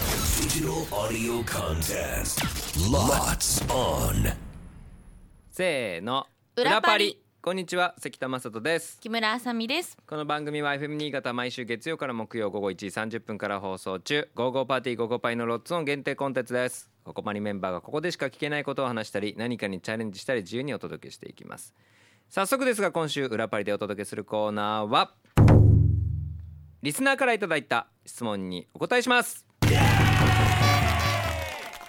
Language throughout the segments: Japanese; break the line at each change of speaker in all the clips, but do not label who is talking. Digital audio contest. Lots on.
せーの
裏パリ
こんにちは関田正人です
木村あさみです
この番組は FM 新潟毎週月曜から木曜午後1時30分から放送中「ゴーゴーパーティーゴーゴーパイ」のロッツオン限定コンテンツですここまでメンバーがここでしか聞けないことを話したり何かにチャレンジしたり自由にお届けしていきます早速ですが今週裏パリでお届けするコーナーはリスナーからいただいた質問にお答えします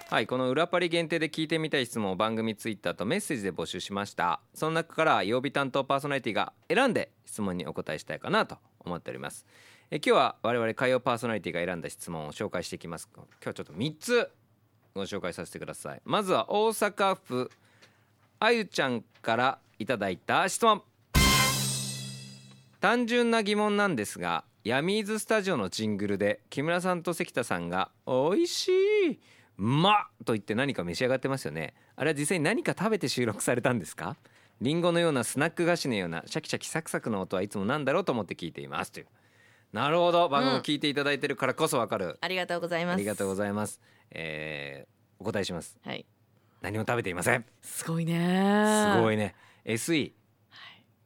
はいこの裏パリ限定で聞いてみたい質問を番組ツイッターとメッセージで募集しましたその中から曜日担当パーソナリティが選んで質問にお答えしたいかなと思っておりますえ今日は我々海洋パーソナリティが選んだ質問を紹介していきます今日はちょっと3つご紹介させてくださいまずは大阪府あゆちゃんからいただいた質問単純な疑問なんですがヤミーズスタジオのジングルで木村さんと関田さんが「美味しいうまっ!」と言って何か召し上がってますよねあれは実際に何か食べて収録されたんですかリンゴのようなスナック菓子のようなシャキシャキサクサクの音はいつもなんだろうと思って聞いていますというなるほど番組を聞いていただいてるからこそわかる、
ありがとうございます
ありがとうご
ざい
ざいます、えーお答えします
ます、はい、
何も食べていません
すごいね
すごい
ね
ね SE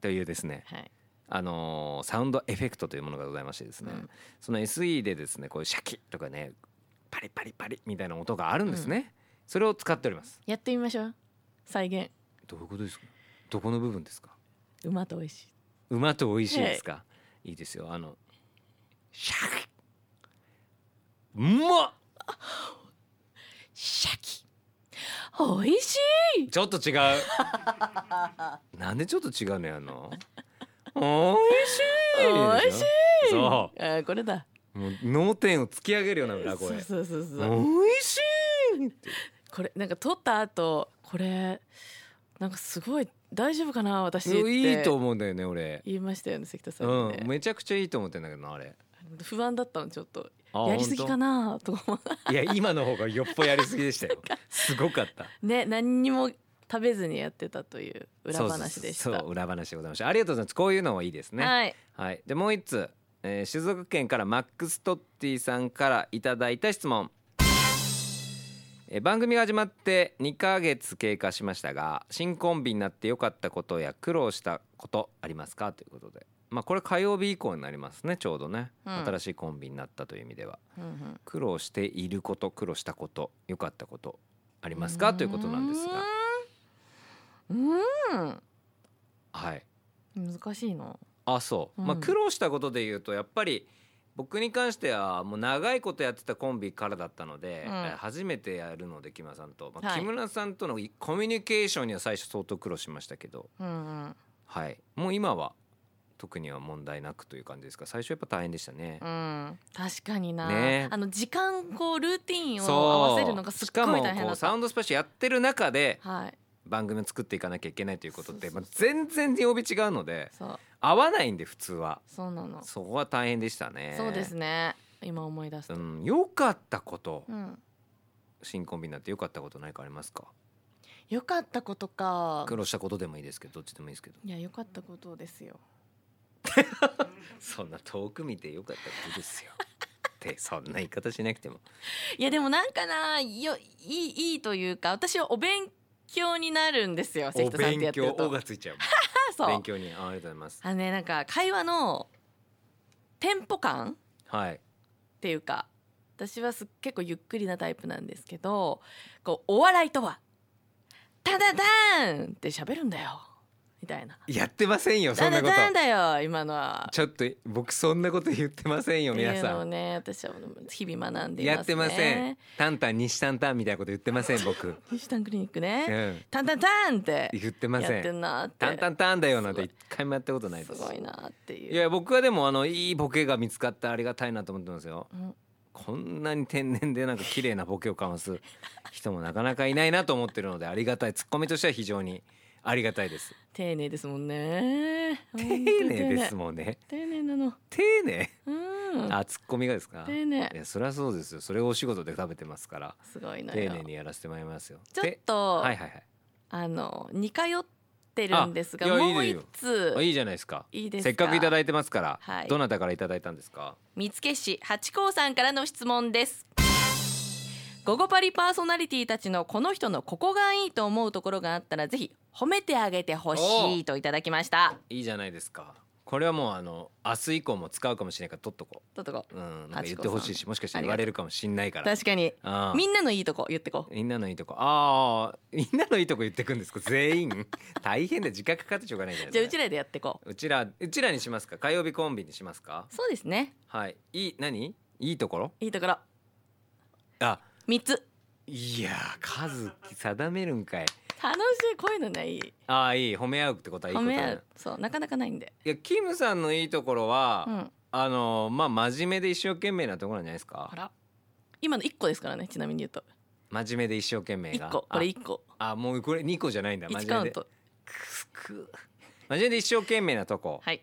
というですね
はい、
あのーサウンドエフェクトというものがございましてですね、
うん
その SE でですねこういうシャキッとかねパリパリパリみたいな音があるんですね、それを使っております
やってみましょう再現
どういうことですかどこの部分ですか
馬と美味しい
馬と美味しいですか、い、いですよあのシャキッうまっ
シャキ美味しい
ちょっと違う なんでちょっと違うのやのおいしい
美味しい
いそ
あーこれだ
うもう脳天を突き上げるような裏
そう
声
そうそうそう
おいしい
これなんか撮った後これなんかすごい大丈夫かな私って
いいと思うんだよね俺
言いましたよね関田さん
う
ね、
んめちゃくちゃいいと思ってんだけどなあれ
不安だったのちょっと
あ
やりすぎか
本
なとか思う
当いや今の方がよっぽやりすぎで したよすごかった
ね何にも食べずにやってたという裏
そうそう
話でした
そうそう裏話でございましたありがとうございますこういうのはいいですねはい、
はい
でもう一つ、えー静岡県からマックストッティさんからいただいた質問えー番組が始まって2ヶ月経過しましたが新コンビになって良かったことや苦労したことありますかということでまあこれ火曜日以降になりますねちょうどね、
うん
新しいコンビになったという意味では
うんうん
苦労していること苦労したこと良かったことありますかということなんですが
うーん
はい
難しいの
あそう、まあ
うん
苦労したことで言うとやっぱり僕に関してはもう長いことやってたコンビからだったので、
うん
えー初めてやるので木村さんと、まあ
はい
木村さんとのコミュニケーションには最初相当苦労しましたけど、
うん
はい、もう今は特には問題なくという感じですか最初やっぱ大変でしたね。
うん、うん、確かにな、
ね
あの時間こうルーティンを
そう
合わせるのがすっ
し
ご
かも
い大変
こ
だ
う
っ
サ
た
ウンドスパイシーやってる中で
はい
番組を作っていかなきゃいけないということで、
そ
ま
う
あ
そう、
全然曜日違うので
そう
合わないんで普通は
そうなの、
そこは大変でしたね
そうですね今思い出す
う
と、
ん良かったこと、
うん、
新コンビになって良かったこと何かありますか
よかったことか
苦労したことでもいいですけどどっちでもいいですけど
いやよかったことですよ
そんな遠く見て良かったことです よってそんな言い方しなくても
いやでもなんかなよいいいいというか私はお勉強になるんですよ関田さんってやってると
おがついちゃう
あそう
勉強にあありがとうございます
あのねなんか会話のテンポ感
はい
っていうか私はす結構ゆっくりなタイプなんですけどこうお笑いとは「タダダーン!」って喋るんだよみたいな
やってません
「
よそ
タ
んな
ダ
こ
ダーン
と
だよ今のは」
ちょっと僕そんなこと言ってませんよ
って
皆
いうの
さ
を
ん
ね私は日々学んでいますね。
やってませんタンタン西タンタンみたいなこと言ってません 僕
西タンクリニック
う
ね
ん
「タダダーン!」って
言ってま
や
せ
って
ん
んなって
タンタンタンだよなんて一回もやったことないです
すごいなっていう。
いや僕はでもあのいいボケが見つかってありがたいなと思ってますよ
うん
こんなに天然でなんか綺麗なボケをか ます人もなかなかいないなと思ってるのでありがたいツッコミとしては非常にありがたいです
丁寧ですもんね。
丁寧ですもんね
丁寧なの。
丁寧
うん。
あツッコミがですか
丁寧
い。やそりゃそうですよそれをお仕事で食べてますから
すごいの
丁
よ
寧。にやらせてもらいますよ
ちょってと、
はいはい
あの似通ってるんですが
あいや
もう
いいで
一
は
つ
いあいいじゃないですか
いいですか
せっかくいただいてますから、
はい
どなたからいただいたんですか
見附市八甲さんからの質問です午後パリパーソナリティたちのこの人のここがいいと思うところがあったらぜひ褒めてあげてほしいといただきました
いいじゃないですかこれはもうあの明日以降も使うかもしれないから取っとこ
とっとこ
ううんなんか言ってほしいしもしかしたら
あり
言
がとう
われるかもしんないから
確かに
ああ
みんなのいいとこ言ってこ
みんなのいいとこああ みんなのいいとこ言ってくんですか全員 大変で時間かかってしょうがないじゃな
う
い
じゃあう
で
ち
すから
でやってこ
うちらうちらにしますか火曜日コンビにしますか
うそうですね
はいいい何いいところ
いいところ
あ
3つ
いやー数定めるんかい
楽しいこういうのねいい
ああいい褒め合うってことはいい
褒
こと
め
だ
合
ね
うそうなかなかないんで
いやキムさんのいいところは、
うん
あのまあ真面目で一生懸命なところなんじゃないですか
あら今の1個ですからねちなみに言うと
真面目で一生懸命が
1個これ1個
ああもうこれ2個じゃないんだ真
1
面
カウ
目
ン
で
ト
くすく真面目で一生懸命なとこ
はい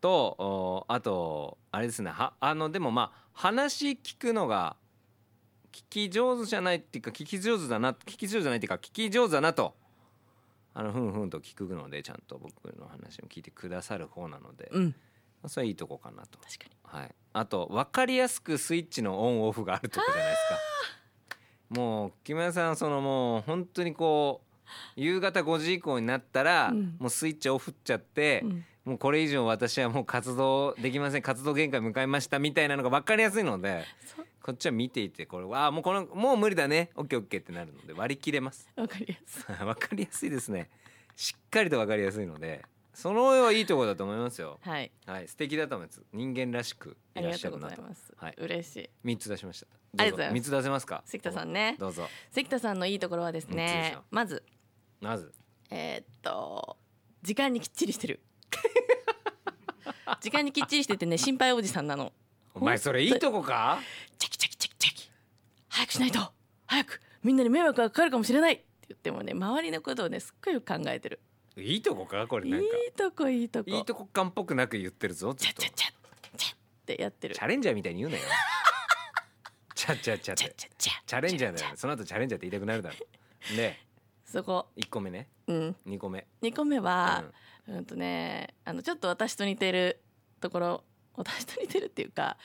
とおあとあれですねはあのでもまあ話聞くのが聞き上手じゃないっていうか聞き上手だな聞き上手じゃないっていうか聞き上手だなとあのふんふんと聞くのでちゃんと僕の話も聞いてくださる方なので、
うん
それはいいとこかなと、
確かに
はい、あと分かりやすくスイッチのオンオフがあるとこじゃないですかもう木村さんそのもう本当にこう夕方5時以降になったら、
うん
もうスイッチオフっちゃって、
うん
もうこれ以上私はもう活動できません活動限界迎えましたみたいなのが分かりやすいので
そう
こっちは見ていてこれああもうこのもう無理だねオッケーオッケーってなるので割り切れます
わかりやすい
分かりやすいですねしっかりと分かりやすいのでその上はいいところだと思いますよ
はい
はい素敵だと思います人間らしく
あ
い
り
らっ
が
しゃ
とう
る
ご
な
ざい
と
ます
はい
嬉しい
三つ出しました
ありがとうございます
三つ出せますか
関田さんね
どうぞ
関田さんのいいところはです
三つでし
ね
ょ
まず
まず
えーっと時間にきっちりして る時間にきっちりしててね心配おじさんなの
お前それいいとこか
チャキチャキチャキチャキ早くしないと早くみんなに迷惑がかかるかもしれないって言ってもね周りのことをねすっごい考えてる
いいとこかこれ
いい
なんか
とこいいとこ
いいとこ感っぽくなく言ってるぞ
チ
ずっ
ャ
と
チャチャチャってやってる
チャレンジャーみたいに言 うなよ。チャチャチャっ
チャ
て。
チャチャ
チャレンジャー
チ
だ
ャ
よ。その後チャレンジャーって言いたくなるだろ。で、
そこ
一個目ね、
うん
二個目。
2個目は
うん、
うんとねあのちょっと私と似てるところ私と似てるっていうか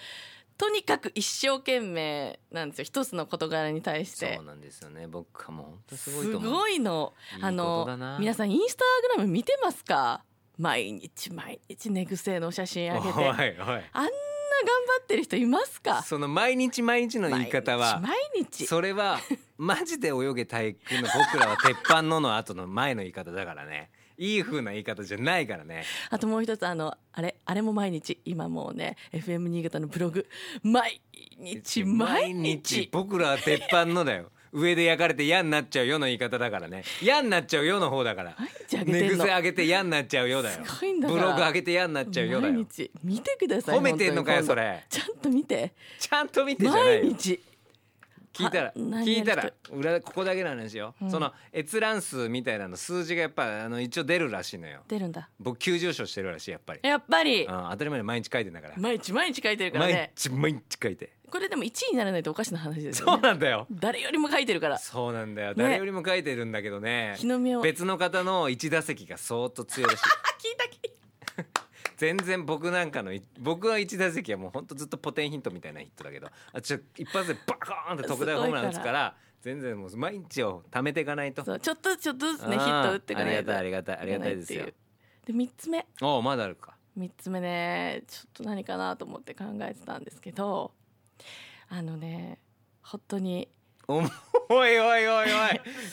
とにかく一生懸命なんですよ一つの事柄に対し
そ
て
うなんですよね。僕はもう本当すごい
す
と思う。
ごいの
いいこと
あの
だな
皆さんインスタグラム見てますか毎日毎日寝癖の写真上げてあんな頑張
おいおい。
ってる人いますか
その毎日毎日の言い方は、
毎日毎日
それ はマジで泳げ体育の僕らは鉄板のの後の前の言い方だからね。いい風な言い方じゃないからね。
あともう一つあのあれあれも毎日今もうね FM 新潟のブログ毎日毎日
僕らは鉄板のだよ。 上で焼かれて嫌になっちゃうよの言い方だからね。嫌になっちゃうよの方だから。
毎日上げ
寝
てん
癖
の
上げて嫌になっちゃうよだよ
すごいんだか
ブ
ら
ログ上げて嫌になっちゃうよだ
毎
よ
日見てください
褒めてんのかよ
本当
そ
に
れ
今度ちゃんと見て
ちゃんと見てじゃない
毎
よ
日
聞いたら
は何
聞いた
や
ら
る
裏ここだけの話よ、その閲覧数みたいなの数字がやっぱあの一応出るらしいのよ
出るんだ
僕急上昇してるらしいやっぱり、
やっぱり
うん当たり前に毎日書いてんだから
毎日毎日書いてるから
毎
ね
日毎日書いて
これでも1位にならないとおかしな話です
そ
よ
う
ね
なんだよ
誰よりも書いてるから
そうなんだよ
ね
誰よりも書いてるんだけどね
日の目を
別の方の1打席が相当強い らしい
あ聞いた聞い
全然僕なんかのい僕は1打席はもうほんとずっとポテンヒットみたいなヒットだけどあちょ一発でバコーンって特大ホームラン打つ
すごい
か
から
全然もう毎日を貯めていかないと
たそうちょっとずつちょっとずつね
あ
ヒ
ー
ット打っていかないと
ありがたいありがたいありがたいですよ
なってうで3つ目
おおまだあるか
3つ目ねちょっと何かなと思って考えてたんですけどあのね本当に
おもおいおい おいおいおい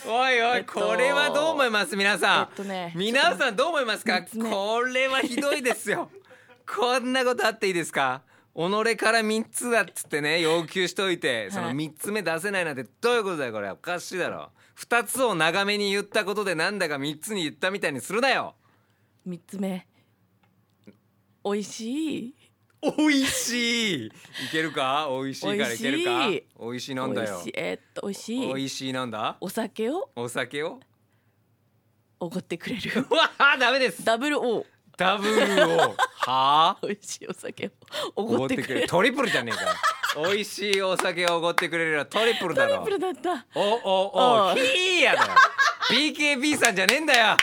お
え
い
っと
これはどう思います皆
え
さ
っとね
ん皆
ん
さんどう思いますか
三つ目
これはひどいです よこんなことあっていいですか己から3つだっつってね要求しといてその
はい
3つ目出せないなんてどういうことだよこれおかしいだろ2つを長めに言ったことでなんだか3つに言ったみたいにするなよ
3つ目美味しい
おいしいいけるかおいしいからいけるか
おい
おいし
しい
いなんだよ
美味しいえーっと美味しい
おいしいなんだ
お酒を
お酒 を
おごってくれる
うわあダメです
ダブルオー
ダブルをはあ
美味しいお酒をおごってくれる
トリプルじゃねえか よおいしいお酒をおごってくれるのはトリプルだ
トリ
ろ
プルだった
おおお
おう
ひーやだよ BKB さんじゃねえんだよ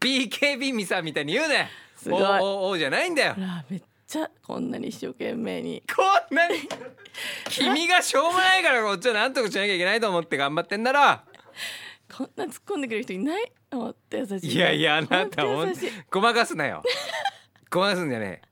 BKB みさんみたいに言うなよ
すごい
おおおじゃないんだよ
あらめっちゃこんなに一生懸命に
こんなに君がしょうもないからこっちはなんとかしなきゃいけないと思って頑張ってんだろ
こんな突っ込んでくれる人いない思って優しい
いやいやあなた
ほ
ほ
ん
ん
と優しい
ごまかすなよごまかすんじゃね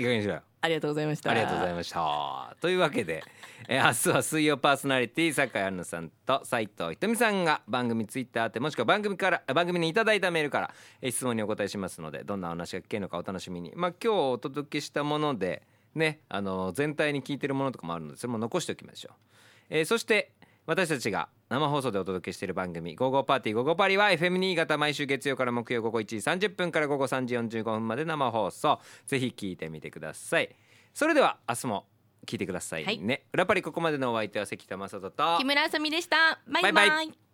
えいい加減にしろよ
ありがとうございました
ありがとうございましたというわけで、えー明日は水曜パーソナリティ酒井杏奈さんと斉藤ひとみさんが番組ツイッターてもしくは番組から番組にいただいたメールから、えー質問にお答えしますのでどんなお話が聞けるのかお楽しみにまあ今日お届けしたものでねあの全体に聞いてるものとかもあるのでそれも残しておきましょう、えーそして私たちが生放送でお届けしている番組「ゴーゴーパーティーゴーゴーパーリー」は FM 新潟毎週月曜から木曜午後1時30分から午後3時45分まで生放送ぜひ聞いてみてくださいそれでは明日も聞いてくださいね、裏パリここまでのお相手は関田正人と
木村あさみでしたバイバイ
バイバイ